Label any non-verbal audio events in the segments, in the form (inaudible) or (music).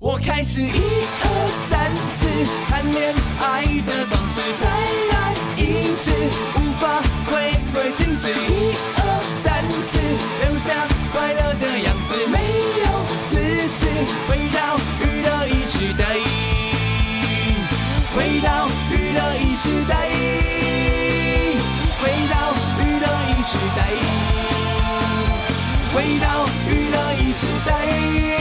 我开始一二三四谈恋爱的方式，再来一次，无法回归静止。一二三四，留下快乐的样子，没有自私，回到娱乐一时代，回到娱乐一时代，回到娱乐一时代，回到娱乐一时代。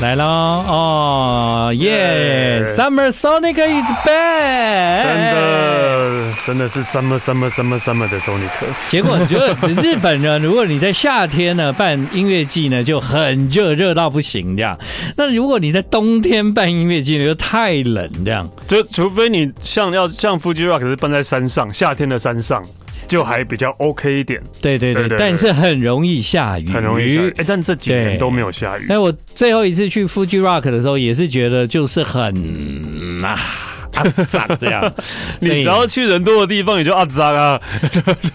来喽！哦耶、耶 s u m m e r Sonic is back！真。的真的是 summer summer summer summer 的 Sonic，结果你觉得日本人，如果你在夏天呢办音乐季呢，就很热，热到不行这样。那如果你在冬天办音乐季呢，就太冷这样。就除非你像要像 Fuji Rock 是办在山上，夏天的山上就还比较 OK 一点，对对对，对对对但是很容易下雨，很容易下雨。哎、但这几对年都没有下雨哎，，我最后一次去 Fuji Rock 的时候，也是觉得就是很啊。啊脏这 (laughs) 样，你所以只要去人多的地方，你就啊 (laughs) 脏啊，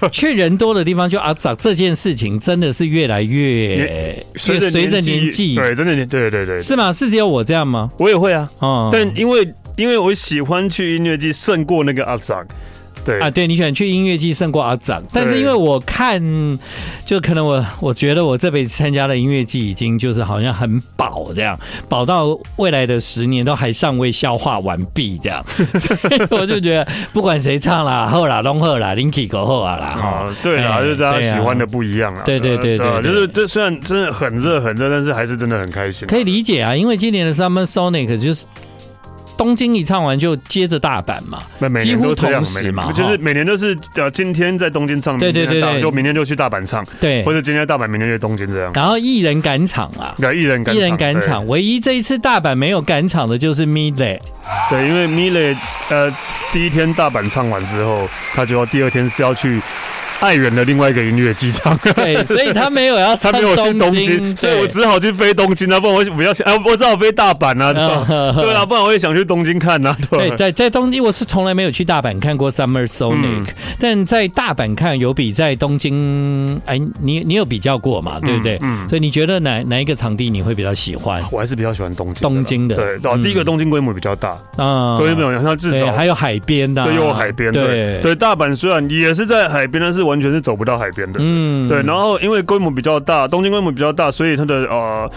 去人多的地方就啊脏，这件事情真的是越来越越随着年纪，对，真的年，对对对，是吗？是只有我这样吗？我也会啊，哦，但因为因为我喜欢去音乐季胜过那个阿长，对啊，对你喜欢去音乐季胜过阿长，但是对因为我看，就可能我我觉得我这辈子参加的音乐季已经就是好像很饱这样，饱到未来的十年都还尚未消化完毕这样，所以我就觉得不管谁唱啦，后啦龙后啦林 i 狗后啊啦，啊，对啦，哎就是大家对啊喜欢的不一样啦。对对对呃啊对就是这虽然真的很热很热，但是还是真的很开心。可以理解啊，因为今年的 Summer Sonic 就是东京一唱完就接着大阪嘛，那每几年乎都这样同，时每年嘛就是哈每年都是呃，今天在东京唱，对对明天在大对对就明天就去大阪唱，对或，者今天在大阪，明天就东京这样。然后艺人赶场啊。对，一人赶艺人赶赶场，，唯一这一次大阪没有赶场的就是 Midley，对，对因为 Mile 呃第一天大阪唱完之后，他就要第二天是要去爱媛的另外一个音乐机场，对，所以他没有要 (laughs) 唱他没有去东京，所以我只好去飞东京啊，不然我不要想，啊，我只好飞大阪嗯啊，对吧？ (laughs) 对啊，不然我也想去东京看啊，对 (laughs) 对，吧？在在东京，我是从来没有去大阪看过 Summer Sonic，、嗯但在大阪看有比在东京，哎，你你有比较过嘛，对不对？嗯所以你觉得哪哪一个场地你会比较喜欢？我还是比较喜欢东京啦，东京的对，对啊嗯第一个东京规模比较大，啊、东京没有，像至对，少还有海边呐、对，又有海边，对对，对，大阪虽然也是在海边，但是完全是走不到海边的。嗯对，然后因为规模比较大，东京规模比较大，所以它的呃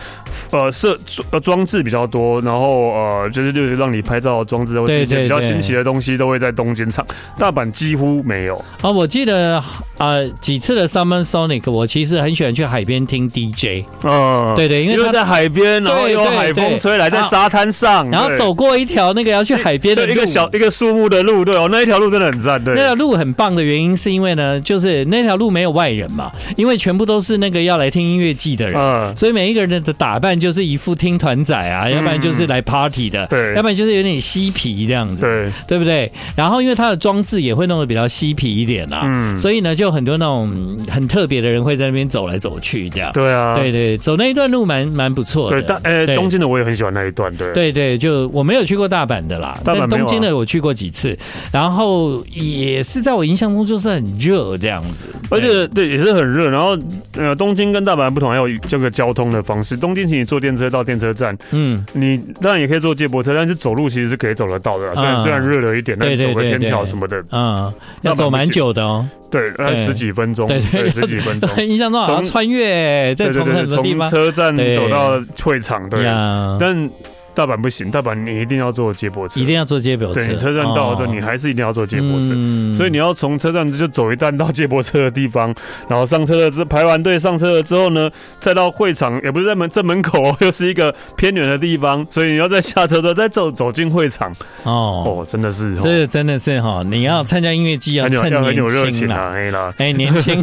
呃设呃装置比较多，然后呃就是就是让你拍照的装置或是对一些对比较对新奇的东西都会在东京唱，大阪几乎没有。哦，我记得啊、呃几次的 Summer Sonic，我其实很喜欢去海边听 DJ，、嗯，对对，因为因为他在海边，然后对有对对海风吹来，在然后沙滩上，然后对走过一条那个要去海边的对路一个小一个树木的路，对哦，那一条路真的很赞，对。那条路很棒的原因是因为呢，就是那条路没有外人嘛，因为全部都是那个要来听音乐季的人。嗯，所以每一个人的打扮就是一副听团仔啊，要不然就是来 party 的，对要不然就是有点嬉皮这样子，对，对不对？然后因为它的装置也会弄得比较嬉皮一点啊，嗯，所以呢，就很多那种嗯很特别的人会在那边走来走去这样。对啊，对对，走那一段路蛮蛮不错的。对，大呃对东京的我也很喜欢那一段，对，对对，就我没有去过大阪的啦，大阪但没有东啊京的我去过几次，然后也是在我印象中就是很热这样子，而且对也是很热，然后呃东京跟大阪不同，还有这个交通的方式，东京请你坐电车到电车站，嗯，你当然也可以坐接驳车，但是走路其实是可以走得到的啦，虽然嗯虽然热了一点，但对你对走个对天桥对什么的，嗯，那要走蛮久的哦，对，呃对十几分钟，对对对，十几 (laughs) 分钟。对，印象中好像从穿越在对对从对，很多地从方车站对走到会场，对。呀，但大阪不行，大阪你一定要坐接驳车，一定要坐接驳对车，你车站到了之后，哦你还是一定要坐接驳车。嗯所以你要从车站就走一段到接驳车的地方，然后上车了之排完队上车了之后呢，再到会场，也不是在门正门口、哦，又是一个偏远的地方，所以你要再下车之后再走走进会场。哦，哦，真的是哦，这个真的是哈，你要参加音乐季要很有趁要很有热年轻情啦啊，。哎啦，哎，年轻，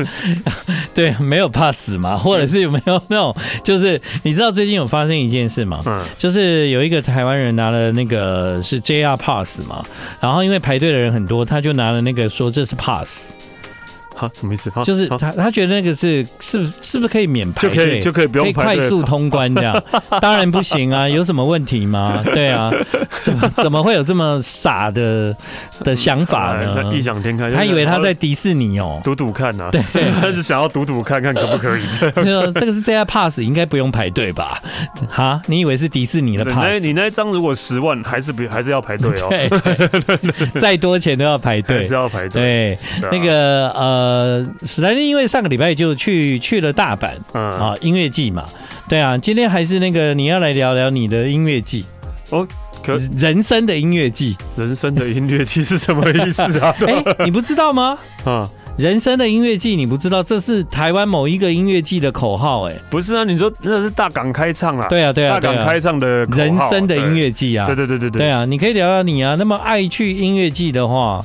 (laughs) 对，没有怕死嘛，嗯或者是有没有那种，就是你知道最近有发生一件事吗？嗯，就是有一个台湾人拿了那个是嗯 JR Pass 嘛，然后因为排队的人很多，他就拿了那个说这是 Pass。哈，什么意思？哈，就是哈他他觉得那个是是是不是可以免排嗯就队可以就可以不用排快队速通关这 (laughs) 样，当然不行啊，有什么问题吗？对啊，怎么怎么会有这么傻的的想法 (laughs) 哎那呢？异想天开，呃他以为他在迪士尼哦、赌赌看 (laughs) 呐，对，他是想要赌赌看看可不可 (laughs) 以。他说这个是 JR Pass，应该不用排队吧？哈，你以为是迪士尼的对 (laughs) 那 Pass？你那一张如果十万，还是不还是要排队哦， (laughs) 对， (laughs) 再多钱都要排还队是。要排队。对，对啊那，个呃，史丹利因为上个礼拜就去去了大阪嗯，啊，音乐季嘛。对啊，今天还是那个你要来聊聊你的音乐季哦，可人生的音乐 (laughs) 季。人生的音乐季是什么意思 (laughs) 啊？哎、你不知道吗？啊，人生的音乐季，你不知道这是台湾某一个音乐季的口号哎、不是啊，你说那是大港开唱啊？对啊，对啊，大对港啊，开唱的口号人生的音，乐季啊。对对对对对对，啊，你可以聊聊你啊，那么爱去音乐季的话，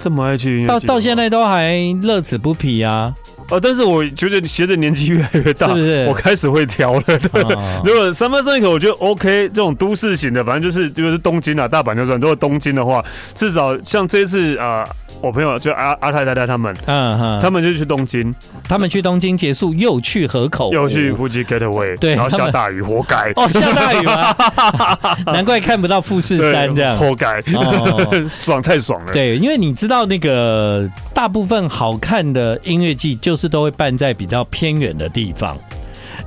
这么爱去音乐到季到吗现在都还乐此不疲 (laughs) 啊，哦，但是我觉得随着年纪越来越大，是不是我开始会挑了。对，哦 (laughs) 如果三番三口，我觉得 OK，这种都市型的，反正就是就是东京啊、大阪就算。如果东京的话，至少像这一次啊、呃我朋友就阿阿太太太他们。嗯哼，他们就去东京，他们去东京结束，又去河口，又去。夫妻 getaway，对然后他下们大雨，活该。哦，下大雨吗？ (laughs) 难怪看不到富士对，山这样。活该，哦 (laughs) 爽太爽了。对，因为你知道那个大部分好看的音乐季，就是都会办在比较偏远的地方。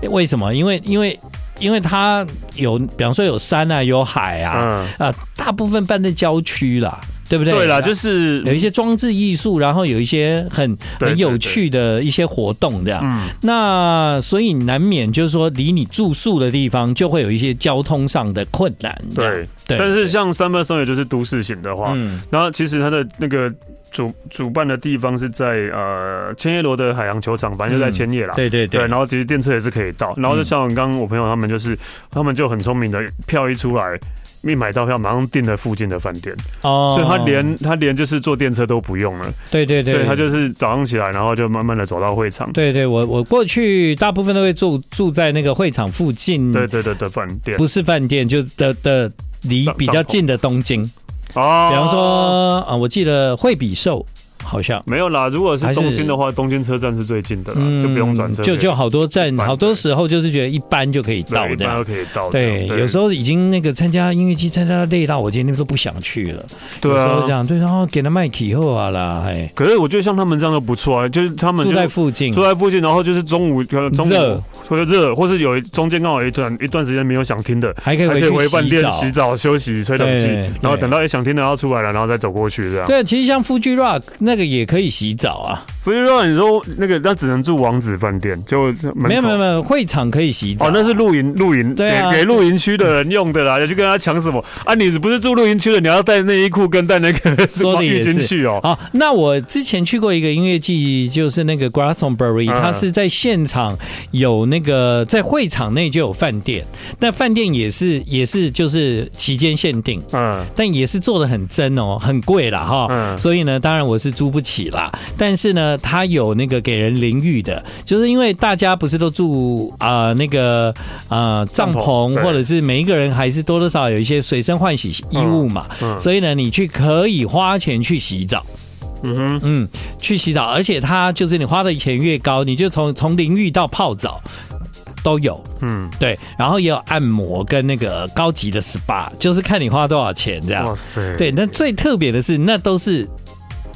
为什么？因为因为因为它有，比方说有山啊，有海啊，嗯，啊，大部分办在郊区啦，对不对？。对啦，就是是有一些装置艺术，然后有一些很对很对有对趣的一些活动这样。嗯那所以难免就是说，离你住宿的地方就会有一些交通上的困难这样。对，对但是对像三番三也就是都市型的话，嗯，然后其实它的那个主主办的地方是在呃千叶罗的海洋球场，反正就在千叶啦。嗯对嗯对对，然后其实电车也是可以到，然后就像刚刚我朋友他们就是，他们就很聪明的，票一出来，一买到票马上订了附近的饭店，哦所以他连他连就是坐电车都不用了，对对对，所以他就是早上起来，然后就慢慢的走到会场，对对，我我过去大部分都会住住在那个会场附近，对对对对，饭店，不是饭店就的的离帐比较近的东京，比哦方说啊，我记得惠比寿好像。没有啦，如果是还是嗯东京的话，东京车站是最近的啦，啊就不用转车，就就好多站，一般好多时候就是觉得一般就可以到对一这般样都。可以到的，对，有时候候已经那个参加音乐季参加累到我今天都不想去了。对有时啊候这，样，对，然后给他麦克以后啊啦，哎，可是我觉得像他们这样就不错啊，就是他们住就在附近住，在附近，然后就是中午可能中热午或者热，或是有一中间刚好有一段一段时间没有想听的，还可以还可以回回去饭洗店澡。洗澡、休息、吹冷气对，然后对等到也哎想听的要出来了，然后再走过去这样。对，啊其实像 Fuji Rock 那个也可以洗澡啊，所以说你说那个那只能住王子饭店，就没没有没有没有，会场可以洗澡。哦，那是露营露营，对啊给给露营区的人用的啦，你去跟他抢什么啊？你不是住露营区的，你要带内衣裤跟带那个说的浴也是巾去哦。哦，那我之前去过一个音乐季，就是那个 Grassonbury，、嗯它是在现场有那个在会场内就有饭店，那饭店也是也是就是期间限定，嗯，但也是做的很真哦，很贵啦哈。嗯所以呢，当然我是租不起啦。但是呢，它有那个给人淋浴的，就是因为大家不是都住啊、呃那个呃帐帐篷篷，对或者是每一个人还是多多少少有一些随身换洗衣物嘛。嗯所以呢，你去可以花钱去洗澡，嗯哼，嗯，去洗澡，而且它就是你花的钱越高，你就从从淋浴到泡澡都有。嗯，对，然后也有按摩跟那个高级的 SPA，就是看你花多少钱这样哇。塞，对，那最特别的是，那都是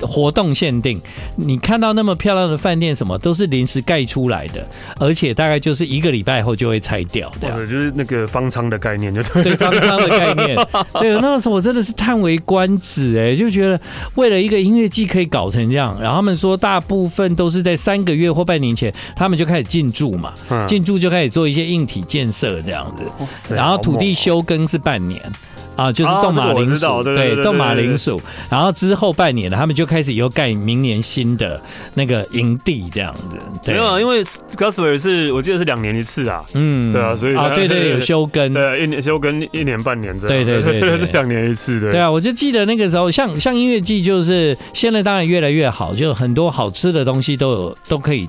活动限定。你看到那么漂亮的饭店，什么都是临时盖出来的，而且大概就是一个礼拜后就会拆掉或的。者就是那个方舱的概念，就对。 (laughs) 对方舱的概 (laughs) 念，对，那时候我真的是叹为观止哎、就觉得为了一个音乐季可以搞成这样。然后他们说，大部分都是在三个月或半年前，他们就开始进驻嘛，嗯进驻就开始做一些硬体建设这样子。哇塞然后土地，休耕是半年。啊，就是种马哦啊这个我铃知道薯，对对对种马对对铃薯，然后之后半年，他们就开始又盖明年新的那个营地这样子，好猛哦对没，有啊，因为 Gosper 是我记得是两年一次啊，嗯对啊所以啊，对 (laughs) 对，有休耕，对，一年休跟一年半年这对样，对对对是两年一次的，对啊，我就记得那个时候，像像音乐季，就是现在当然越来越好，就很多好吃的东西都有都可以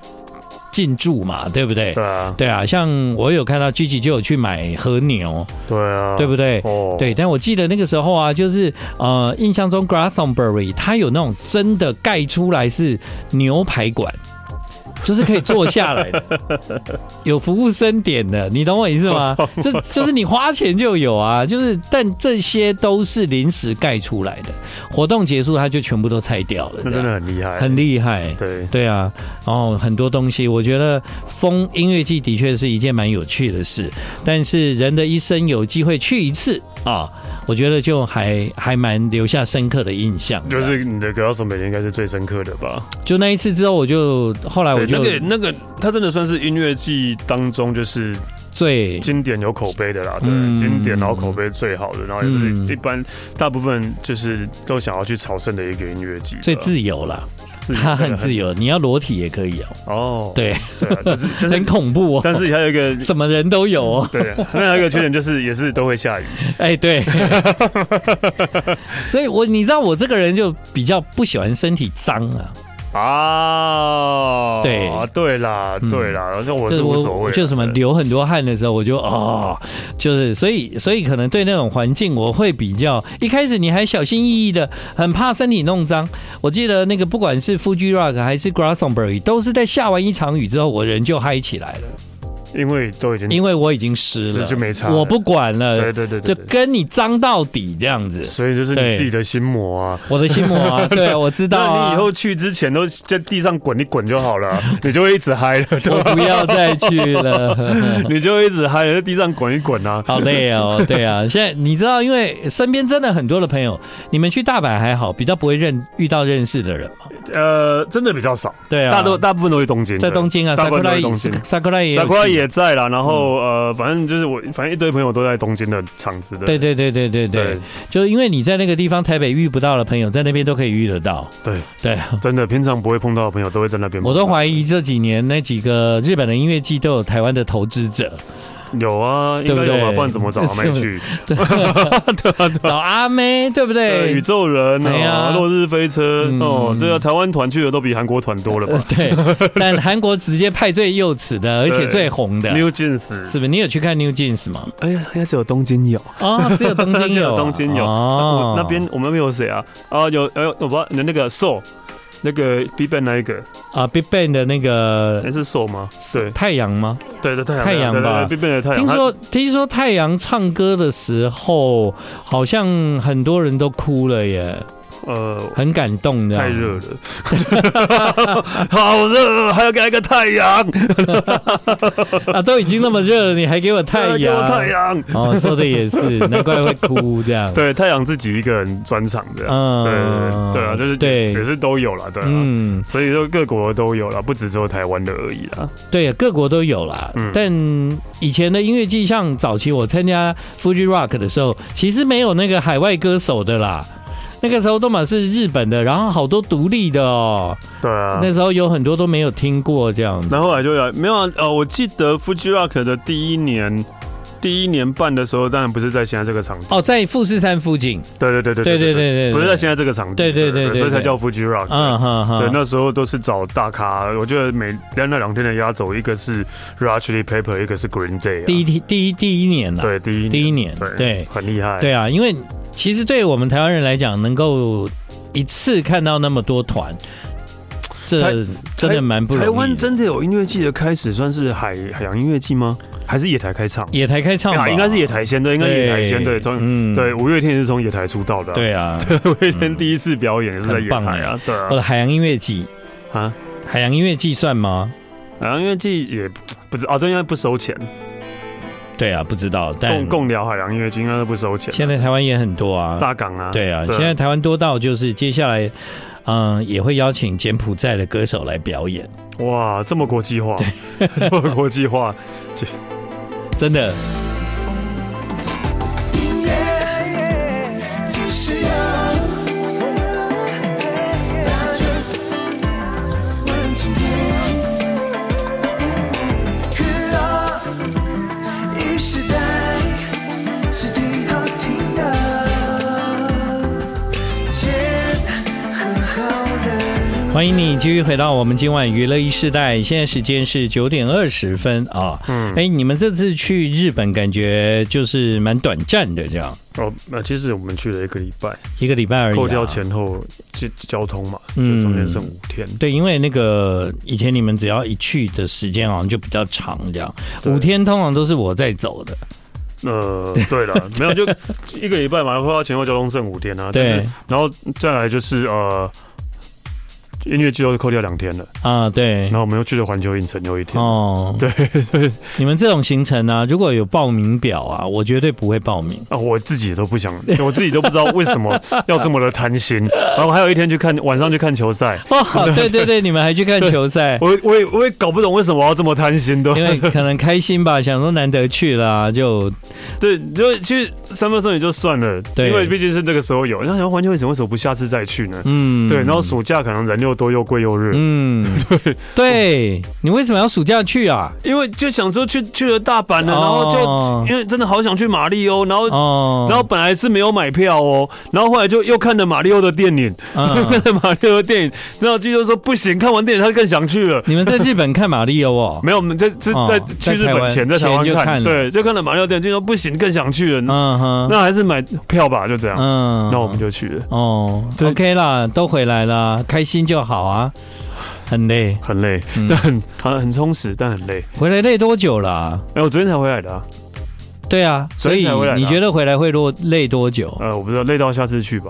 进驻嘛，对不对？对啊，对啊，像我有看到 Gigi 就有去买和牛，对啊，对不对？哦，对，但我记得那个时候啊，就是呃，印象中 Grassonbury 它有那种真的盖出来是牛排馆，就是可以坐下来的， (laughs) 有服务生点的，你懂我意思吗？就就是你花钱就有啊，就是但这些都是临时盖出来的，活动结束它就全部都拆掉了，那这真样的很厉害，很厉害。对，对啊，然、后很多东西，我觉得风音乐季的确是一件蛮有趣的事，但是人的一生有机会去一次啊，我觉得就还还蛮留下深刻的印象的。就是你的格奥什美应该是最深刻的吧？就那一次之后，我就后哎来我对，就那个那个，它真的算是音乐季当中就是最经典有口碑的啦，对，嗯经典然后口碑最好的，然后也是嗯一般大部分就是都想要去朝圣的一个音乐季，最自由了，自他很自由由，你要裸体也可以哦、啊哦，对，对啊， (laughs) 但是但很是恐怖哦、但是还有一个。什么人都有哦、 (laughs) 对，那还有一个缺点就是也是都会下雨，哎、 (laughs) 对，所以我你知道我这个人就比较不喜欢身体脏啊，啊，对对啦，嗯对啦，而且我就是无所我谓啦，就什么对流很多汗的时候，我就哦，就是所以所以可能对那种环境，我会比较一开始你还小心翼翼的，很怕身体弄脏。我记得那个不管是 Fuji Rock 还是 Grassonbury，都是在下完一场雨之后，我人就嗨起来了，因为都已经因为我已经湿了，湿就嗯没差了我不管对了，对对对就对，跟你脏到底这样子。所以就是你对自己的心魔啊。我的心魔 (laughs) 啊，对啊，我知道那啊。你以后去之前都在地上滚一滚就好了， (laughs) 你就会一直 (laughs) 嗨了，对我吧？不要再去了。你就会一直嗨，在地上滚一滚啊。啊 (laughs) 好累哦，对啊，现在你知道，因为身边真的很多的朋友，你们去大阪还好，比较不会认遇到认识的人嘛，呃，真的比较少，对啊，大多大部分都是东京，在对东京啊，大萨部库分都拉也是嗯东京。萨库拉也有萨去库拉也在啦，然后、呃，反正就是我，反正一堆朋友都在东京的场子的。对对对对对对，就是因为你在那个地方台北遇不到的朋友，在那边都可以遇得到，对，对。啊 (laughs) 真的平常不会碰到的朋友都会在那边碰到。我都怀疑这几年那几个日本的音乐季都有台湾的投资者，有啊，应对不该对有吧，不然怎 (laughs) 么找阿妹去？ (laughs) 找阿妹，对不呃宇对？宙人哎呀啊，落日飞车嗯哦，这个台湾团去的都比韩国团多了 (laughs) 吧对，但韩国直接派最幼齿的，而且对最红的， ？New Jeans 是不是？你有去看 New Jeans 吗？哎呀，应该只有东京有，哦，只有东京 (laughs) 只有啊、有东京有。哦我，那边我们没有谁啊？啊，有呃，我不知道那个 Soul，那个 Big Bang 那一个，啊，Big Bang 的那个那是 Soul 吗？对太阳吗？对对，太阳太阳对对吧对 Big Bang 的太阳。听说听说太阳唱歌的时候，好像很多人都哭了耶，它呃。很感动的。太热了， (laughs) 好热，还要给它一个太阳，啊，都已经那么热了，你还给我太啊给我阳？太阳。哦，说的也是，难怪会哭这样。 (laughs) 对，太阳自己一个人专场的，嗯对对对啊，就是对也是都有啦，对啊，嗯，所以说各国都有啦，不只只有台湾的而已啦。对，各国都有啦。嗯但以前的音乐季，像早期我参加 Fuji Rock 的时候，其实没有那个海外歌手的啦。那个时候都满是日本的，然后好多独立的哦。对啊，那时候有很多都没有听过这样子。然后后来就有没有啊呃，我记得 Fuji Rock 的第一年。第一年半的时候，当然不是在现在这个场地，哦，在富士山附近，对对对对对对对对不是在现在这个场地，对对对对所以才对叫 Fuji Rock。嗯哼对，哼，那时候都是找大咖，我觉得每那那两天的压轴，一个是 r a c h e l y Paper，一个是 Green Day、啊。第一天第一第一年啦，对第一第一年，对很厉害。对啊，因为其实对我们台湾人来讲，能够一次看到那么多团，这真的蛮不容易台的。湾真的有音乐季的开始，算是海海洋音乐季吗？还是野台开唱？野台开唱吧，啊，应该是野台先对，应该野台先对，从、嗯对五月天也是从野台出道的、，对啊， (laughs) 五月天第一次表演也是在野很棒台啊哎，对或者啊，海洋音乐季，啊，海洋音乐季算吗？海洋音乐季也不知啊，这应该不收钱，对啊，不知道，但共共聊海洋音乐季应该都不收钱。现在台湾也很多啊，大港啊，对啊，现在台湾多到就是接下来，嗯，也会邀请柬埔寨的歌手来表演，哇，这么国际化， (laughs) 这么国际化，真的。音乐几时有？那就问今天。娱乐一时代是挺好听的，见很好人。欢欢迎你继续回到我们今晚娱乐一世代，现在时间是九点二十分啊。嗯，哎，你们这次去日本感觉就是蛮短暂的，这样哦，那其实我们去了一个礼拜，一个礼拜而已、啊。扣掉前后这交通嘛，就嗯中间剩五天。对，因为那个以前你们只要一去的时间好像就比较长，这样对五天通常都是我在走的。呃，对 (laughs) 了，没有就一个礼拜嘛，扣掉前后交通剩五天啊。但是对，然后再来就是呃，音乐季又扣掉两天了，啊，对然，后我们又去了环球影城又一天。哦，对对你们这种行程呢、如果有报名表啊，我绝对不会报名。啊，我自己也都不想，我自己都不知道为什么要这么的贪心。然后还有一天去看晚上去看球赛，哇，哦对对对，你们还去看球赛，我我也我也搞不懂为什么要这么贪心的。因为可能开心吧，想说难得去啦，就 (laughs) 对，就去三分钟也就算了，对因为毕竟是这个时候有。然后环球影城为什么不下次再去呢？嗯，对，然后暑假可能人又多又贵又热，嗯，对，你为什么要暑假去啊？因为就想说去去了大阪了，然后就、哦因为真的好想去马里欧，然后、哦，然后本来是没有买票哦，然后后来就又看了马里欧的电影，又看嗯，了马里欧的电影，然后就说不行，看完电影他更想去了。你们在日本看马里奥 (laughs) 哦，没有，我们在在哦在在去日台本湾前，在台前湾就看看，了对，就看了马里奥电影，就说不行，更想去了。嗯哼，那还是买票吧，就这样。嗯，那我们就去了，哦对，OK 啦，都回来啦，开心就好啊，很累，很累，嗯但很很很充实，但很累。回来累多久啦、哎，我昨天才回来的啊，对啊，所所以以才回来的啊你觉得回来会落累多久？呃，我不知道，累到下次去吧，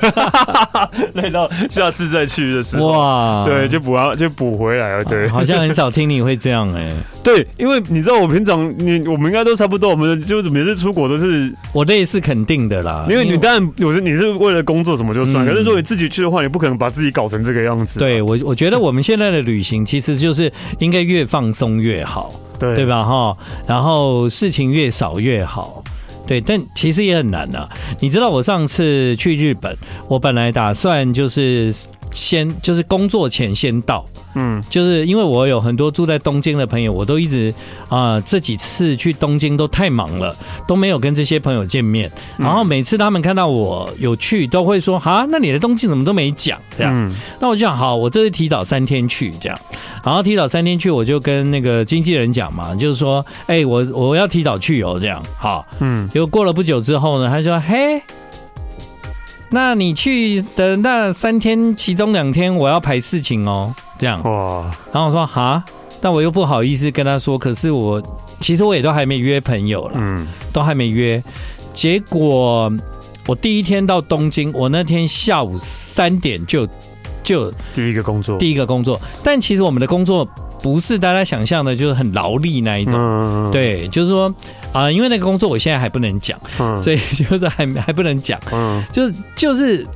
(laughs) 累到下次再去的时候，哇，哦对，就补啊，就补回来了，对，好像很少听你会这样哎、 (laughs) 对，因为你知道我平常你我们应该都差不多，我们就是每次出国都是，我累是肯定的啦，因为你当然有时你是为了工作什么就算，啊嗯可是如果你自己去的话，你不可能把自己搞成这个样子，对我，我觉得我们现在的旅行其实就是应该越放松越好，对对？吧？哈，然后事情越少越好。对，但其实也很难呐、你知道，我上次去日本，我本来打算就是先就是工作前先到，嗯，就是因为我有很多住在东京的朋友，我都一直啊、这几次去东京都太忙了，都没有跟这些朋友见面。然后每次他们看到我有去，都会说：“啊，那你的东京怎么都没讲？”这样，嗯那我就想，好，我这次提早三天去这样，然后提早三天去，我就跟那个经纪人讲嘛，就是说，哎、我我要提早去哦，这样好。嗯，结果过了不久之后呢，他说，嘿，那你去的那三天，其中两天我要排事情哦，这样。嗯哇，然后我说，哈，但我又不好意思跟他说，可是我其实我也都还没约朋友了，嗯都还没约。结果我第一天到东京，我那天下午三点就就。第一个工作，第一个工作，但其实我们的工作不是大家想象的，就是很劳力那一种。嗯，对，就是说啊、因为那个工作我现在还不能讲，嗯所以啊就是还 (laughs) 还不能讲，嗯，就是就是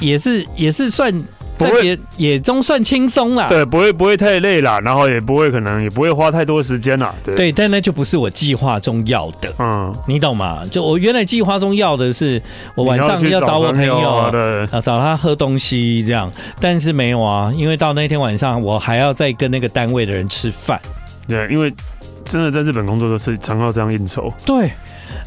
也是也是算不在会别也中算轻松啦。对，不会不会太累啦，然后也不会可能也不会花太多时间啦，啊对，对，但那就不是我计划中要的，嗯，你懂吗？就我原来计划中要的是，我晚上你要去找我朋友啊，对，啊，找他喝东西这样，但是没有啊，因为到那天晚上我还要再跟那个单位的人吃饭。对，因为真的在日本工作都是常靠这样应酬，对，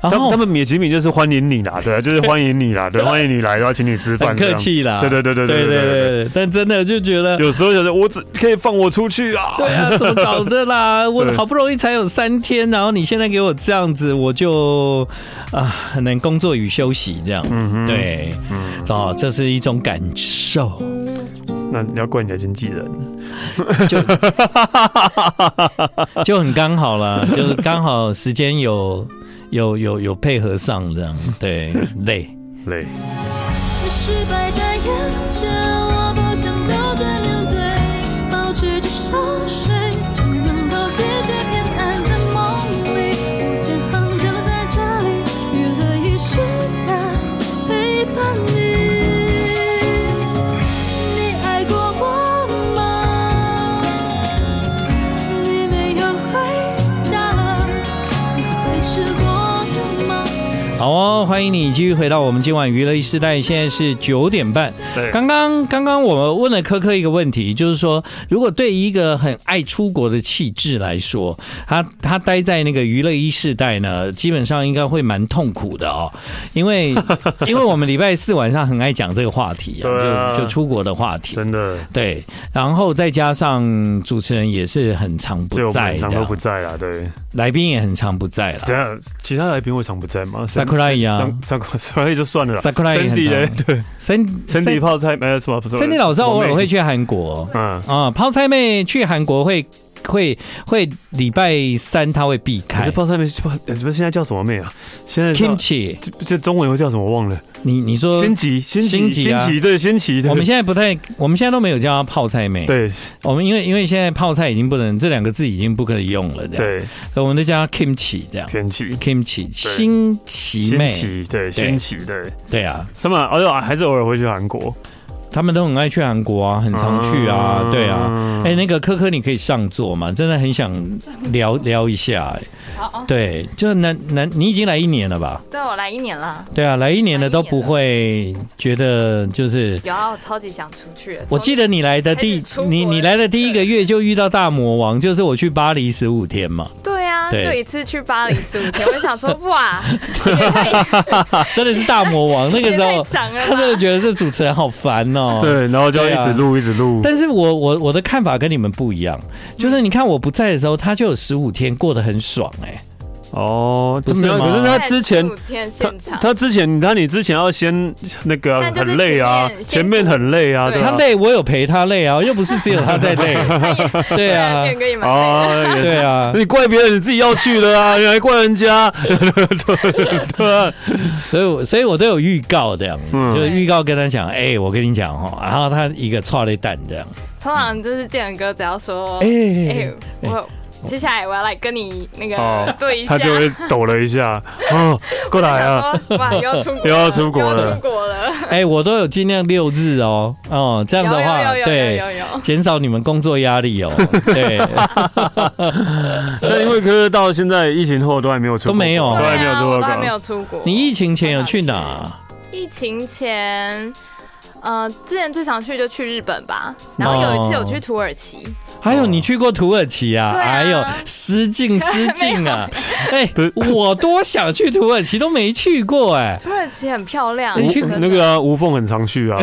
然他后们他们美其名就是欢迎你啦， (laughs) 对，啊就是欢迎你啦，对，欢迎你来，然后请你吃很饭，客，气啦，对对对对对对对对对。对，但真的就觉得。有时候想着我只可以放我出去啊，对 (laughs) 啊，怎么搞的啦？我对好不容易才有三天，然后你现在给我这样子，我就啊很难工作与休息这样。嗯哼，，对，嗯，哦，这是一种感受。那你要怪你的经纪人，就很刚好 (laughs) 啦，就是刚好时间有有有有配合上这样，对，累。累，是失败在眼前，我不想都在面对，保持着伤水，只能够继续偏安在梦里。我建行就在这里，愈合愈是的陪伴你。你爱过我吗？你没有回答，你会是我的吗？好哦，喽，欢迎你继续回到我们今晚娱乐一时代，现在是九点半。对，刚刚刚刚我们问了科科一个问题，就是说，如果对一个很爱出国的气质来说，他他待在那个娱乐一世代呢，基本上应该会蛮痛苦的哦，因为 (laughs) 因为我们礼拜四晚上很爱讲这个话题、对啊就就出国的话题，真的，对，然后再加上主持人也是很常不所以我们在很的，常都不在啦。对，来宾也很常不在了。等一下其他来宾会常不在吗 Sakura 一样，Sakura 就算了啦 Sakura 也很 Sandy 嘞常对身身体泡菜没有什么，不是身体老师偶尔会去，去韩国嗯，啊、泡菜妹去韩国会会会礼拜三她会避可开是泡菜妹是泡，呃什么现在叫什么妹啊？现在叫 kimchi，这这中文又叫什么忘了？你你说新奇，新新奇奇，新啊奇，对，新奇，对我们现在不太，我们现在都没有叫她泡菜妹，哦对我们因为因为现在泡菜已经不能这两个字已经不可以用了，这样，对所以我们都叫她 kimchi 这样天气。 kimchi 新奇新妹，奇，对，新奇，对，对啊，什么？而且还是偶尔会去韩国，他们都很爱去韩国啊，很常去啊，对啊。哎、那个科科，你可以上座嘛？真的很想聊聊一下、哎好哦，对，就男男，你已经来一年了吧？对我来一年了，对啊，来一年了来一年都了不会觉得就是。有啊，我超级想出去。我记得你来的开第始出国你你来的第一个月就遇到大魔王，就是我去巴黎十五天嘛，对啊，对就一次去巴黎十五天，我想说哇，也太真的是大魔王。那个也时 (laughs) 太候，长了他真的吧？觉得这主持人好烦哦。。对，然后就对要啊一直录，一直录，但是我我我的看法跟你们不一样，就是你看我不在的时候，他就有十五天过得很爽哎、哦，不是没有吗可是他之前15天现场，他之前，他你之前要先那个啊但就是很累啊前，面前先面很累啊，对对他吧？累，我有陪他累啊，又不是只有他在 (laughs) 累。他也对啊，建哥也蛮累的。啊，也对啊，你怪别人，你自己要去的 (laughs) 啊，你还怪人家，对啊，所以我所以我都有预告这样，嗯就是预告跟他讲，哎、我跟你讲哈，然后他一个踹了一蛋这样，通常就是建哥只要说，哎、哎、我。接下来我要来跟你那哦个对一下，他就会抖了一下， (laughs) 哦，过来啊，想说哇，又要出国了，又要出国了又要出国了，哎、我都有尽量六日哦，哦，这样的话，有有有有对有，有有，减少你们工作压力哦， (laughs) 对，但因为科科到现在疫情后都还没有出，都没有都对还没有啊，我出都还没过，有出国。你疫情前有去哪？疫情前，呃，之前最常去就去日本吧，然后有一次有去土耳其，还有你去过土耳其啊？对啊还有失 (laughs) 敬失敬啊！哎、不是我多想去土耳其都没去过哎、土耳其很漂亮，你去真的那个啊，无缝很常去啊，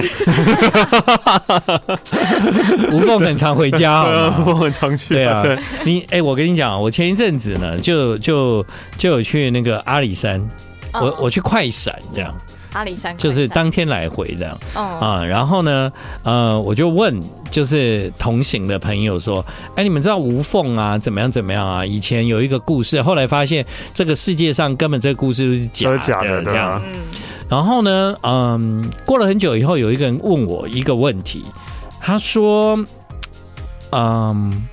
无缝很常回家好对吗 (laughs) 啊，无缝很常 (laughs) 去，对啊，你哎、我跟你讲，我前一阵子呢，就就就有去那个阿里山，嗯我我去快闪这样，阿里山就是快当天来回这样闪嗯啊。然后呢，呃，我就问就是同行的朋友说，哎、你们知道无缝啊怎么样怎么样啊？以前有一个故事，后来发现这个世界上根本这个故事是假都的，是假的，这对样啊。嗯，然后呢，嗯，过了很久以后，有一个人问我一个问题，他说：“嗯，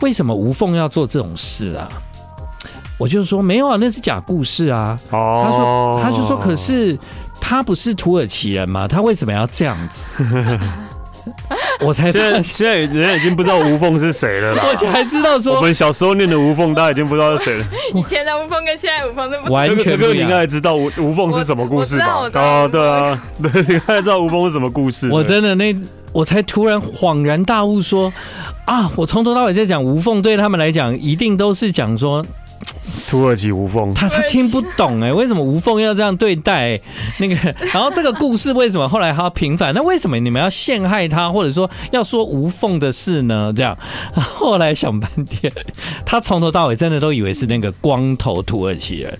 为什么无缝要做这种事啊？”我就说：“没有啊，那是假故事啊。”他哦说：“他就说，可是他不是土耳其人嘛，他为什么要这样子？” (laughs) 我才现在发现，现在人家已经不知道无缝是谁了啦。 (laughs) 我才知道我说们小时候念的无缝，大家已经不知道是谁了。以前的无缝跟现在无缝都不。完哥哥全啊哥不哥，一你应样。该知道无无缝是什么故事吧？我我知道我知对道啊，对，你应该知道无缝是什么故事。我对真的那，我才突然恍然大悟说，啊，我从头到尾在讲无缝，对他们来讲一定都是讲说土耳其无缝，他他听不懂哎、为什么无缝要这样对待、哎那个？然后这个故事为什么后来还要平反？那为什么你们要陷害他，或者说要说无缝的事呢？这样，然后后来想半天，他从头到尾真的都以为是那个光头土耳其人。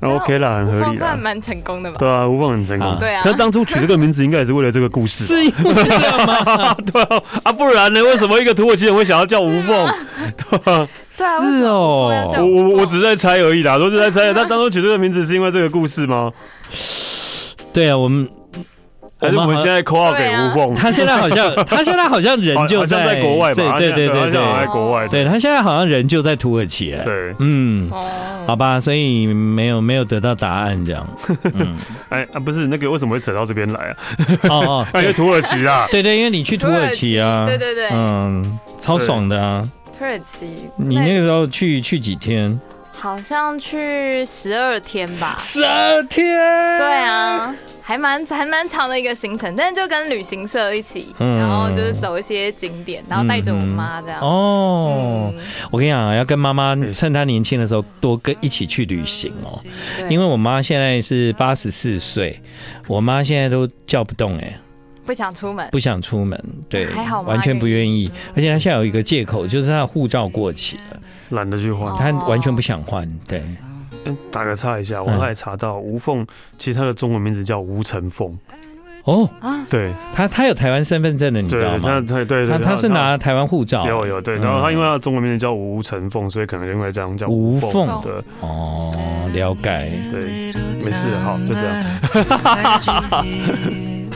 那哦 OK 啦，很无合缝理算啦。蛮成功的吧？对啊，无缝很成啊功。对啊那当初取这个名字应该也是为了这个故事。是因为这样吗？啊， (laughs) 对啊，啊，不然呢？为什么一个土耳其人会想要叫无 (laughs) 缝？对啊，为是什么哦无缝要我叫无我缝我只是在猜而已啦，都是在猜。他当初取这个名字是因为这个故事吗？对啊，我们还是我们好现在 call out 给无缝？啊他现在好 (laughs) 像他现在好像人好就好像在国外吧？对对对对他现在好像在国外。对，对他现在好像人就在土耳其、哎对，嗯，哦，好吧，所以没有没有得到答案这样。哎啊，不是那个为什么会扯到这边来啊？哦哦，哎，因为土耳其啦。 (laughs) 对对，因为你去土耳其啊，土耳其对对对嗯，超爽的啊！土耳其，你那个时候去去几天？。好像去十二天吧十二天，哎对对，啊，还蛮还蛮长的一个行程，但是就跟旅行社一起，嗯然后就是走一些景点，然后带着我妈这样。嗯哦，嗯我跟你讲啊，要跟妈妈趁她年轻的时候多跟一起去旅行哦，因为我妈现在是八十四岁，我妈现在都叫不动哎、不想出门，不想出门，对，还好妈完全不愿意，而且她现在有一个借口，就是她的护照过期了，懒得去换。她完全不想换，对，嗯打个岔一下，我嗯后来查到吴凤，其实她的中文名字叫吴成凤。哦，对她她有台湾身份证的，你知对道，她吗？对对她对，她是拿台湾护照，有有对，嗯然后她因为她的中文名字叫吴成凤，所以可能因为这样叫吴凤对哦，了解，对，没事，好，就这样。 (laughs)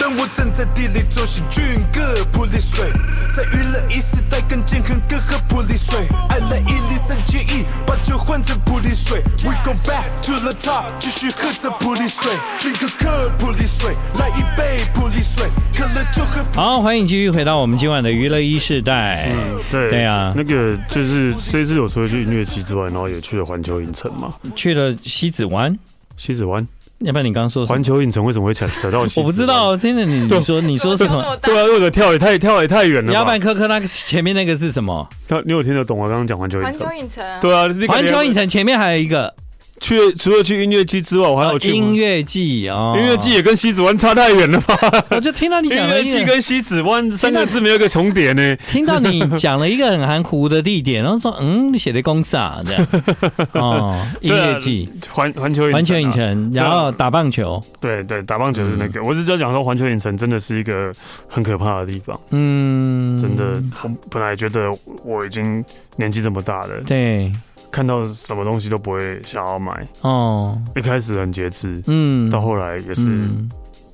但我站在地里做细菌，各不离水，在娱乐一时代更健康，更喝不离水。爱来一零三建议，把酒换成普利水。We go back to the top，继续喝着普利水，drink a cup 普利水，来一杯普利水，渴了就喝普。好，欢迎继续回到我们今晚的娱乐一世代，嗯对对啊那个就是这次有除了去音乐季之外，然后也去了环球影城嘛，去了西子湾，西子湾。要不然你刚刚说什么环？球影城为什么会扯扯到西子我湾？不知道，真的你你说你说什那么么？大对啊，那个跳也太跳也太远了要不吧然？科科那个前面那个是什么？他你有听得懂我刚刚讲环球影环球城？影城啊，对啊，你感环觉球影城前面还有一个去了除了去音乐季之外，我还有哦去音乐季哦，音乐季，也跟西子湾差太远了吧？我就听到 (laughs) 你啊音讲了乐一季个，跟西子湾三个字没有一个重叠呢。听到你讲了一个很含糊的地点，然后说嗯，你写的公啥这样？ (laughs) 哦，音对啊乐季，环环球影城啊环球影城，然后打棒球，对对，打棒球是那嗯个，我只是要讲说环球影城真的是一个很可怕的地方，嗯，真的，我本来觉得我已经年纪这么大了，对看到什么东西都不会想要买，哦，一开始很节制，嗯到后来也是嗯。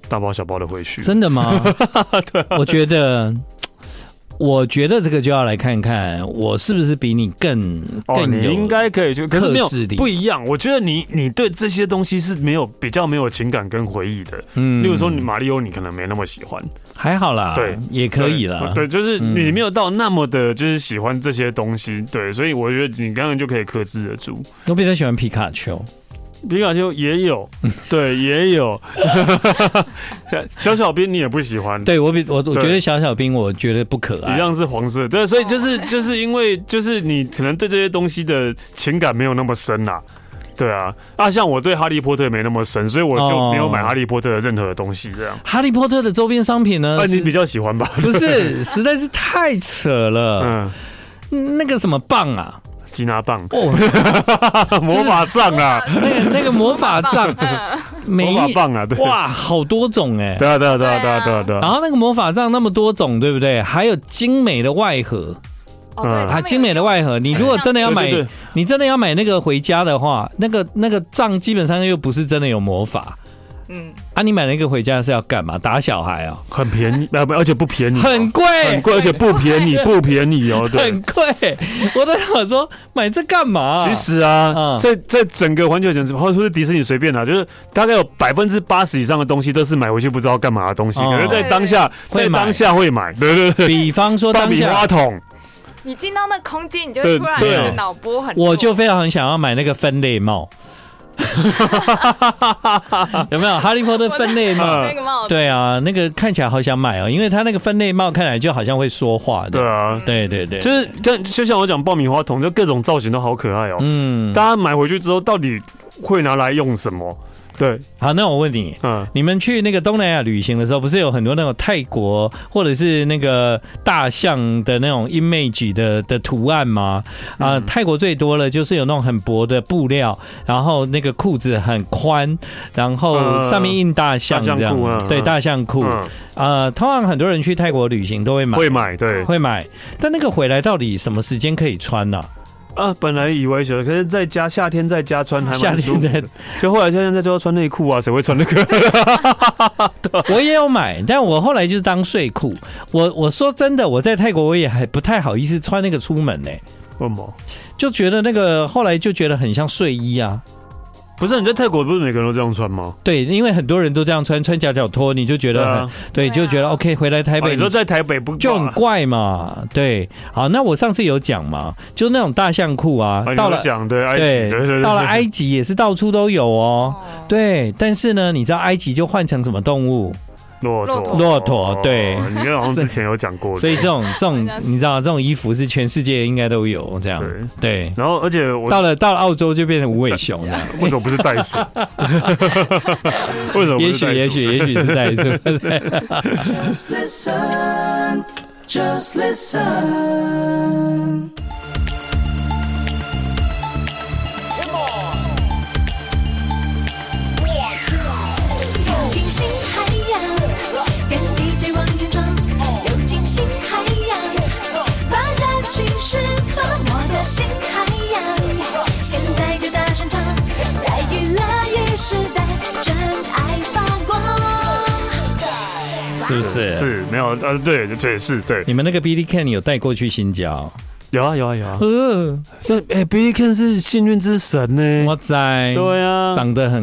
大包小包的回去。真的 (laughs) 吗？啊我觉得，我觉得这个就要来看看我是不是比你更哦，更你有。应该可以去，可是没有克制力不一样。我觉得你你对这些东西是没有比较没有情感跟回忆的。嗯例如说，你马里奥你可能没那么喜欢，还好啦，对，也可以啦。对，对就是嗯你没有到那么的，就是喜欢这些东西。对，所以我觉得你刚刚就可以克制得住。我比较喜欢皮卡丘，皮卡丘 (laughs) 也有，对，也有。 (laughs) 小小兵你也不喜欢，对我比我我对觉得小小兵，我觉得不可一爱。样是黄色，对，所以就是就是因为就是你可能对这些东西的情感没有那么深啦、对啊，啊，像我对哈利波特没那么深，所以我就没有买哈利波特的任何的东西这样。哈利波特的周边商品呢啊，？你是比较喜欢吧？不哦是，呃实在是太扯了。 (laughs) 嗯，那个什么棒啊，吉拿棒、 (laughs) 哦，魔法杖啊，那个那个魔法杖，每魔法一棒啊，对，哇，好多种哎。对啊，对啊，对啊，对啊，对啊，对然啊。后那个魔法杖那么多种，对不对？还有精美的外盒，哦对嗯他啊，们精美的外盒。你如果真的啊要买对对对，你真的要买那个回家的话，那个那个杖基本上又不是真的有魔法嗯，啊。你买那个回家是要干嘛？打小孩哦，很便宜，啊，不，而且不便宜哦，很贵，很贵，而且不便宜，不便宜哦，对，很贵。我都想说买这干嘛？其实啊，嗯在在整个环球影城，或者说是迪士尼随便啦，就是大概有百分之八十以上的东西都是买回去不知道干嘛的东西，哦可是在当下，对在当下会买，对对对，比方说爆当米花下，桶，你进到那空间，你就对会突然对啊觉得脑波很弱，我就非常很想要买那个分类帽。 (laughs) 有没有哈利 (laughs) 波特分类帽？那个哦帽子，对啊，那个看起来好想买哦，因为它那个分类帽看起来就好像会说话的。对啊，对对对，就是但就像我讲爆米花桶，就各种造型都好可爱哦。嗯，大家买回去之后，到底会拿来用什么？对，好，那我问你，嗯，你们去那个东南亚旅行的时候，不是有很多那种泰国或者是那个大象的那种 image 的的图案吗？啊、嗯泰国最多了，就是有那种很薄的布料，然后那个裤子很宽，然后嗯上面印大象大象这样，裤嗯对，嗯大象裤。嗯呃，通常很多人去泰国旅行都会买，会买对会买，但那个回来到底什么时间可以穿 (laughs) 呢、啊。本来以为小，可是在家夏天在家穿还夏蛮天舒服的在，就后来夏天在家要穿内裤啊，谁会穿 (laughs) 那个？我也有买，但我后来就是当睡裤。我我说真的，我在泰国我也还不太好意思穿那个出门呢、为什么？就觉得那个后来就觉得很像睡衣啊。不是你在泰国不是每个人都这样穿吗？对，因为很多人都这样穿穿夹脚拖，你就觉得很对，对啊就觉得 OK，回来台哦哎北你说在台北不就很怪嘛。对，好，那我上次有讲嘛，就那种大象裤啊啊，你到说了讲对埃及对对对对，到了对埃及也是到处都有哦。对，但是呢，你知道埃及就换成什么动物？骆骆驼驼骆驼对哦你好像之前有讲过的，所以这种这种好像，是你知道这种衣服是全世界应该都有这样。对，然后而且我到了到了澳洲就变成无尾熊 (laughs) 了。为什么不是袋 (laughs) 鼠？为什么也许不是袋鼠也许也许是 (laughs) 袋鼠。 Just listen, just listen. Come on. 流进新海洋，跟 DJ 往前闯，流进新海洋，把热情释放，我的新海洋，现在就大声唱，在娱乐一时代，真爱发光。是不是？是没有呃，对对是对，你们那个 B D Can 有带过去新疆？有啊有啊有啊，呃，这哎 b i l Ken 是幸运之神呢我，在。对啊，长得很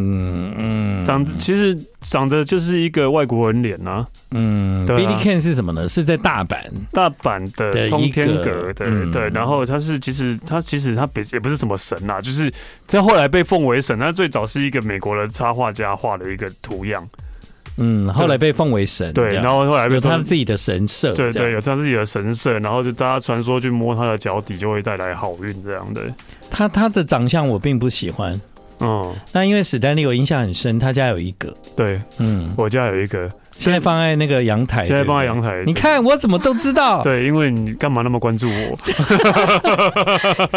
嗯长其实长得就是一个外国人脸啊，嗯对啊 b d Can 是什么呢？是在大阪，大阪的的通一天个阁的，嗯对，然后他是其实他其实他别也不是什么神呐、就是他后来被奉为神，他最早是一个美国的插画家画的一个图样，嗯，后来被奉为神，对，这样然后后来被嗯有他奉自己的神社，对这对，样，有他自己的神社，然后就大家传说去摸他的脚底就会带来好运这样的，他他的长相我并不喜欢。嗯，那因为史丹利我印象很深，他家有一个，对嗯，我家有一个，现在放在那个阳台，现在放在对不对阳台，你看我怎么都知道，对，因为你干嘛那么关 (laughs) 注我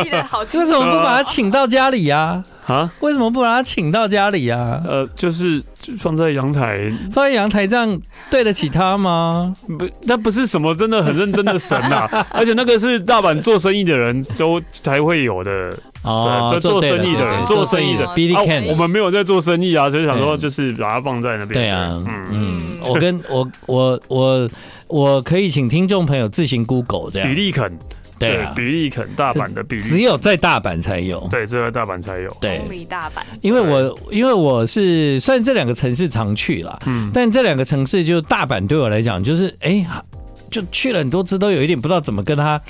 记得好为 (laughs) 清什楚。么不把他请到家里呀？啊？为什么不把他请到家里呀？呃，就是就放在阳台，放在阳台这样对得起他吗？不，那不是什么真的很认真的神呐、 (laughs) 而且那个是大阪做生意的人都才会有的神，就做哦对了生意的人，对做生意的。哦 B D 啊 Can，我们没有在做生意啊，所以想说对就是把它放在那边。对啊，嗯，嗯，我跟我我我我可以请听众朋友自行 Google 这比样，利肯，啊对啊比，利肯，大阪的比利，只有在大阪才有，对，只有在大阪才有。对东，里大阪，因为我因为我是算这两个城市常去啦，嗯但这两个城市就大阪对我来讲就是哎、就去了很多次都有一点不知道怎么跟他，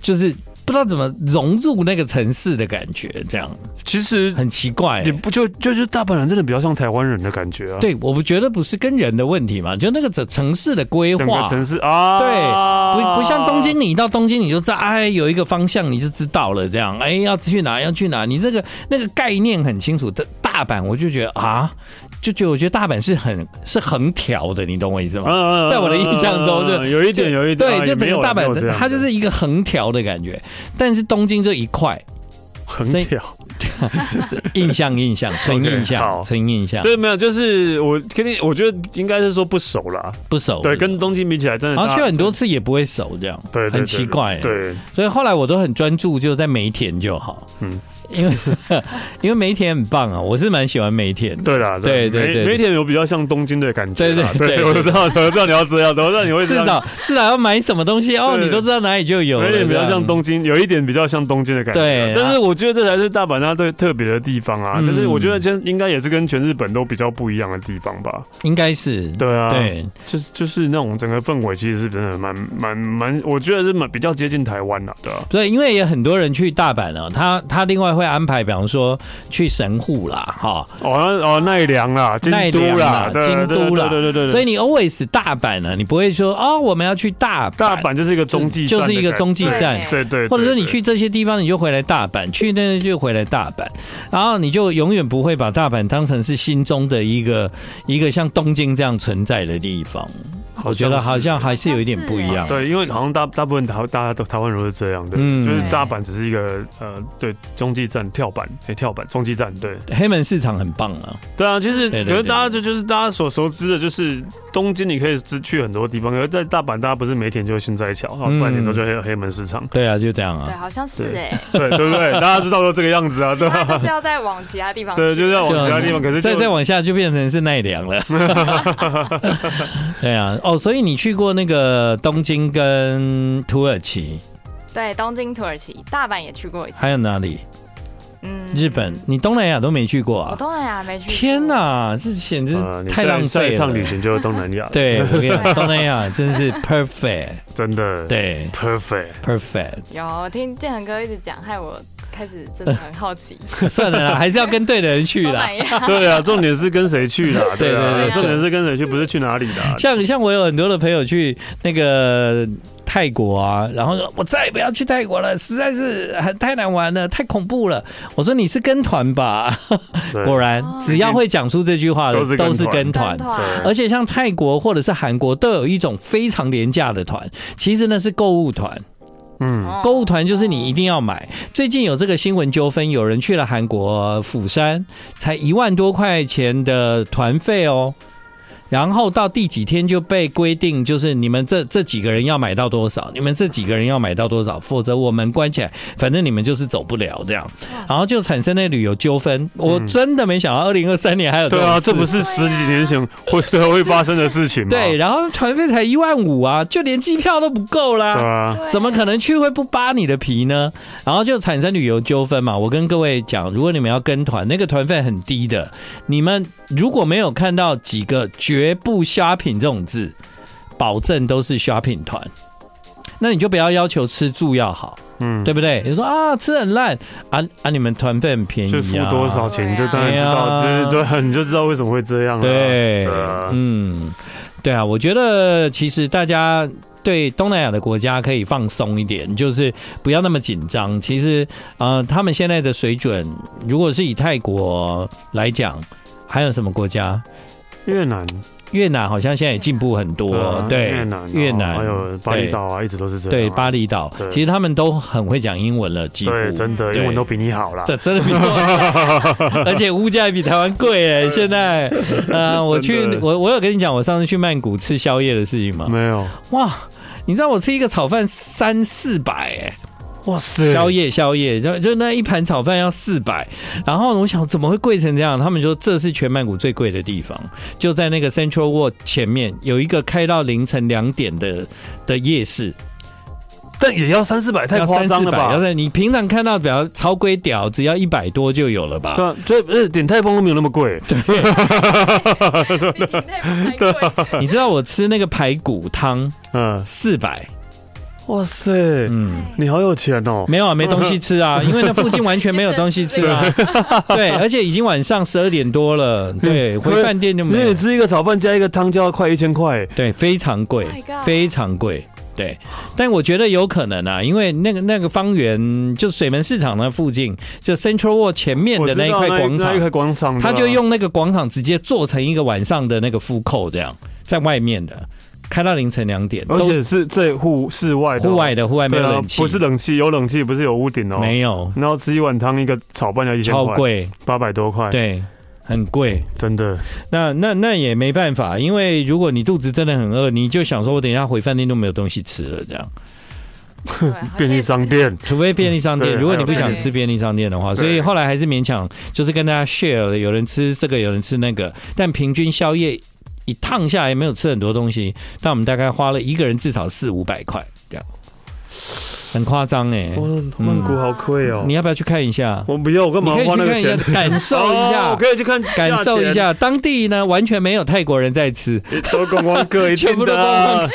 就是不知道怎么融入那个城市的感觉，这样其实很奇怪、也不就就是大阪人真的比较像台湾人的感觉啊。，对，我不觉得不是跟人的问题嘛，就那个城城市的规整划个，城市啊，对，不不像东京，你到东京你就知道，哎，有一个方向你就知道了，这样，哎，要去哪要去哪，你这个那个概念很清楚。但大阪我就觉得啊，就觉得我觉得大阪是很是横条的，你懂我意思吗？嗯，嗯在我的印象中就嗯嗯嗯有一点，有一点，对啊，就整个大阪，它就。也没有人没有这样子是一个横条的感觉，但是东京就一块，横所以跳，印象印 (laughs) 象，纯 OK，印好象，纯印象，对，没有，就是我肯定，我觉得应该是说不熟啦。不熟，对，跟东京比起来，真的然后大哦去很多，次也不会熟，这样，对，对对很奇怪，对，所以后来我都很专注，就在梅田就好。嗯嗯，因为 (laughs) 因为梅田很棒啊，我是蛮喜欢梅 (laughs) 田的。对啦，对对对每对每天有比较像东京的感觉啦。对对对，对我知道，我知道你要这样，我知道你会至这样。少至少要买什么东西哦，对你都知道哪里就有了。有一点比较这样像，东京，有一点比较像东京的感觉。对但是我觉得这才是大阪它最特别的地方啊！嗯就是我觉得这应该也是跟全日本都比较不一样的地方吧。应该是对啊，，对就是就是那种整个氛围，其实是真的蛮蛮蛮，我觉得是蛮比较接近台湾啦，对啊。对，因为也很多人去大阪啊，他他另外会安排，比方说去神户啦，哈，哦那哦奈良啦，京奈都良啊啦，对京都啦，对对对对对。所以你 always 大阪呢，你不会说哦，我们要去大阪，大阪就是一个中继站就的感是觉，一个中继对站，对，对对，或者说你对去这些地方，你就回来大阪，去那就回来大阪，然后你就永远不会把大阪当成是心中的一个一个像东京这样存在的地方。我觉得好像还是有一点不一样。对，因为好像大大部分台大家都台湾人都是这样的，嗯就是大阪只是一个呃，对，中继站跳板，哎、跳板中继站，对，黑门市场很棒啊，对啊，其实对对可是对大家就就是大家所熟知的，就是东京你可以只去很多地方，可是在大阪大家不是每天就新斋桥，啊，嗯半年都就黑黑门市场，对啊，就这样对，啊，好像是哎，对对不对？大家知道都这个样子啊，其对他吧就是？要再往其他地方去。对，就是要往就哦其他地方，可是就再再往下就变成是奈良了。 (laughs) 对啊，哦，所以你去过那个东京跟土耳其，对，东京、土耳其、大阪也去过一次，嗯还有哪里？日本，你东南亚都没去过我啊？东南亚没去过。天哪，这简直啊，你太下浪一下费一趟旅了。行就是东南亚，， (laughs) (laughs) 对，我跟你讲，东南亚真是 perfect，真的，对，perfect。 perfect。有听建恒哥一直讲，害我开始真的很好奇。算了啦，还是要跟对的人去 (laughs) 东啦。南亚， (laughs) 对啊，重点是跟谁去啦？ (laughs) 对啊，对对重点是跟谁去，不是去哪里的啊。 (laughs) 像像我有很多的朋友去那个泰国啊，然后说我再也不要去泰国了，实在是很太难玩了，太恐怖了。我说你是跟团吧，对哦果然只要会讲出这句话的都是跟都是团跟团哎跟。团对而且像泰国或者是韩国，都有一种非常廉价的团，其实那是购物团。嗯，购物团就是你一定要买。最近有这个新闻纠纷，有人去了韩国釜山，才一万多块钱的团费哦。然后到第几天就被规定，就是你们这这几个人要买到多少，你们这几个人要买到多少，否则我们关起来，反正你们就是走不了这样。嗯然后就产生了旅游纠纷。我真的没想到二零二三年还有这对种啊，事这不是十几年前会 (laughs) 最后会发生的事情吗？对，，然后团费才一万五啊，就连机票都不够啦。对啊，对怎么可能去会不扒你的皮呢？然后就产生旅游纠纷嘛。我跟各位讲，如果你们要跟团，那个团费很低的，你们如果没有看到几个“绝不 shopping” 这种字，保证都是 shopping 团。那你就不要要求吃住要好，嗯，对不对？你说啊，吃很烂啊啊，你们团费很便宜、就啊，付多少钱，就当然知道，就对啊是对啊，你就知道为什么会这样了。对，啊嗯，对啊，我觉得其实大啊家对东南亚的国家可以放松一点，就是不要那么紧张。其实，呃，他们现在的水准，如果是以泰国来讲，还有什么国家？越南，越越南好像现在也进步很多，对，啊越南，越然后还南，有巴厘岛啊，一直都是这样啊。对，巴厘岛对，其实他们都很会讲英文了，几乎。对，真的对英文都比你好啦。这 (laughs) 真的比台湾而且物价也比台湾贵哎！现在，呃，我去真的，嗯我我有跟你讲我上次去曼谷吃宵夜的事情吗？没有，哇，你知道我吃一个炒饭三四百哎，哇塞宵夜宵夜，就就那一盘炒饭要四百，然后我想怎么会贵成这样？他们说这是全曼谷最贵的地方，就在那个 Central World 前面有一个开到凌晨两点的的夜市，但也要三四百，太要夸三张四了百，吧要？在你平常看到比较超规屌，只要一百多就有了吧？对啊，这不是鼎泰丰都没有那么贵，比泰国还贵？ (laughs) 你知道我吃那个排骨汤嗯，四百，哇塞，嗯，你好有钱哦，没有啊，没东西吃 (laughs) 啊，因为那附近完全没有东西吃啊。 (laughs) 对，而且已经晚上十二点多了，嗯对，回饭店就因没为有你。吃一个炒饭加一个汤就要快一千块，对，非常贵 Oh my，god 非常贵。对，但我觉得有可能啊，因为那个那个方圆就水门市场那附近，就 Central World 前面我的知道那一块广那一块场，广场，他就对啊用那个广场直接做成一个晚上的那个 food court 这样，在外面的开到凌晨两点，而都且是在户室外的哦，户外的户外没对有啊冷气，不是冷气，有冷气不是有屋顶哦，没有，然后吃一碗汤一个炒饭要一千超块，哎贵，八百多块，，对，很贵。真的，那那那也没办法，因为如果你肚子真的很饿，你就想说，我等一下回饭店都没有东西吃了，这样。对好像便利商店，除非便利商嗯对店，如果你不想对吃便利商店的话，所以后来还是勉强就是跟大家 share 了，有人吃这个，有人吃那个，但平均宵夜一趟下来没有吃很多东西，但我们大概花了一个人至少四五百块，这样很夸张哎。哇，曼谷好贵哦你，要不要去看一下？我不要，我干嗯你嘛可以花去那个看一下？，钱感受一哦下我。可以去看价钱，感受一下，当地呢完全没有泰国人在吃，都观光客一定的、啊，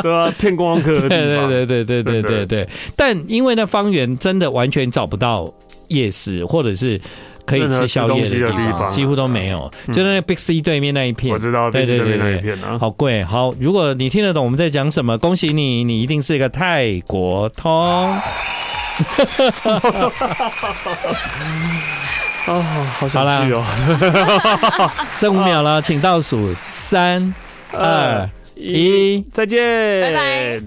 对啊，骗观光客的地 (laughs) 对方。对对对对对对对。但因为那方圆真的完全找不到夜市，或者是可以吃宵夜的地任何吃东西的地方，方嗯几乎都没有。就在那 Big C 对面那一片我，知道，对必须对那对边那一对片啊。好贵。好，如果你听得懂我们在讲什么，恭喜你，你一定是一个泰国通。啊，好想去哦！剩五呃秒了，请倒数三二一。再见，拜拜。